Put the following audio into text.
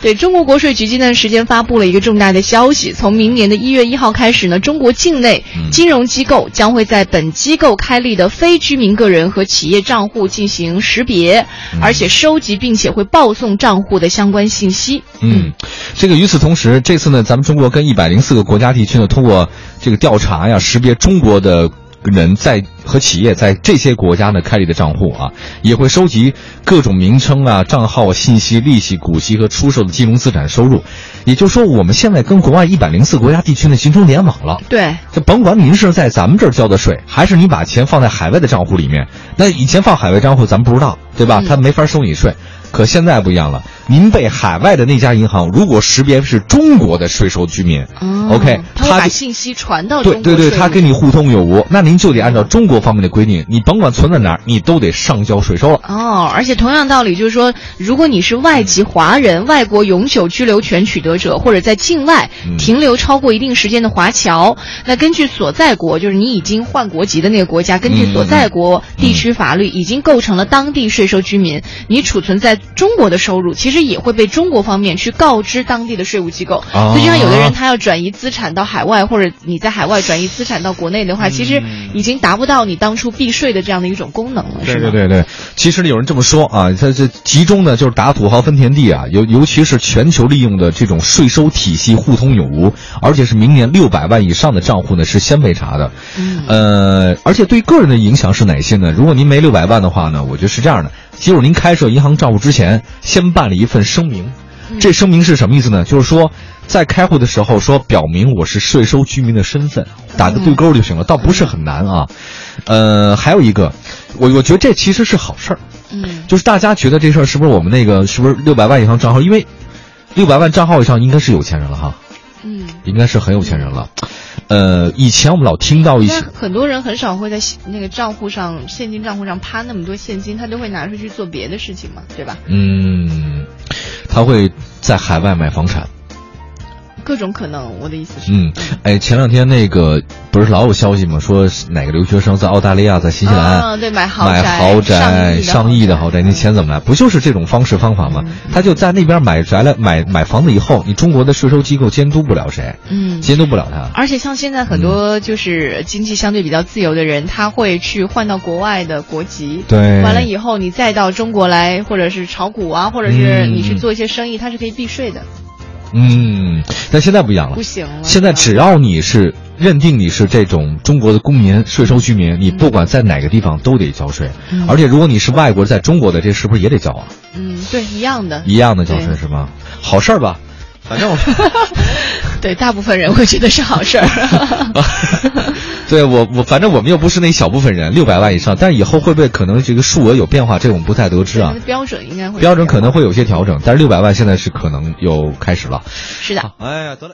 对中国国税局近段时间发布了一个重大的消息，从明年的一月一号开始呢，中国境内嗯金融机构将会在本机构开立的非居民个人和企业账户进行识别，嗯而且收集并且会报送账户的相关信息。嗯，这个与此同时，这次呢，咱们中国跟一百零四个国家地区呢，通过这个调查呀，识别中国的人在和企业在这些国家呢开立的账户啊，也会收集各种名称啊、账号啊信息、利息、股息和出售的金融资产收入。也就是说，我们现在跟国外一百零四国家地区呢形成联网了。对，就甭管您是在咱们这儿交的税，还是你把钱放在海外的账户里面，那以前放海外账户咱们不知道，对吧？嗯他没法收你税。可现在不一样了，您被海外的那家银行如果识别是中国的税收居民、嗯 o k 他会把他就信息传到中国对对对，税他务跟你互通有无，那您就得按照中国方面的规定，你甭管存在哪儿，你都得上交税收了。哦，而且同样道理就是说，如果你是外籍华人、外国永久居留权取得者，或者在境外嗯停留超过一定时间的华侨，那根据所在国，就是你已经换国籍的那个国家，根据所在国地区法律，已经构成了当地税收居民，你储存在中国的收入，其实也会被中国方面去告知当地的税务机构。啊所以，就像有的人他要转移资产到海外，或者你在海外转移资产到国内的话，嗯其实已经达不到你当初避税的这样的一种功能了，是对吗？对对对，其实呢有人这么说啊，他这集中呢就是打土豪分田地啊，尤尤其是全球利用的这种税收体系互通有无，而且是明年六百万以上的账户呢是先被查的，嗯呃，而且对个人的影响是哪些呢？如果您没六百万的话呢，我觉得是这样的，即使您开设银行账户之前，先办理一份声明，这声明是什么意思呢？就是说。在开户的时候说表明我是税收居民的身份，打个对勾就行了，倒不是很难啊。呃，还有一个，我我觉得这其实是好事儿，嗯就是大家觉得这事儿是不是我们那个是不是六百万以上账号？因为六百万账号以上应该是有钱人了哈，嗯，应该是很有钱人了。呃，以前我们老听到一应些该，很多人很少会在那个账户上现金账户上趴那么多现金，他都会拿出去做别的事情嘛，对吧？嗯，他会在海外买房产。各种可能，我的意思是，嗯，哎，前两天那个不是老有消息吗？说是哪个留学生在澳大利亚，在新西兰，啊对买豪宅买豪上亿的豪宅宅上亿的豪宅，嗯那钱怎么来？不就是这种方式方法吗？他就在那边买宅了，买买房子以后，你中国的税收机构监督不了谁，嗯。监督不了他。而且像现在很多就是经济相对比较自由的人，他会去换到国外的国籍，对完了以后你再到中国来，或者是炒股啊，或者是嗯你去做一些生意，它是可以避税的，嗯，但现在不一样了不，行了。现在只要你是认定你是这种中国的公民、税收居民，你不管在哪个地方都得交税，嗯而且如果你是外国在中国的，这是不是也得交啊？嗯，对，一样的，一样的交税对是吗？好事儿吧，反正我。 对，大部分人会觉得是好事 哦儿。对我我反正我们又不是那一小部分人，六百万以上，但是以后会不会可能这个数额有变化，这个我们不太得知它啊的。标准应该会标准可变能会有些调整，但是六百万现在是可能又开始了。是的。哎呀，得嘞。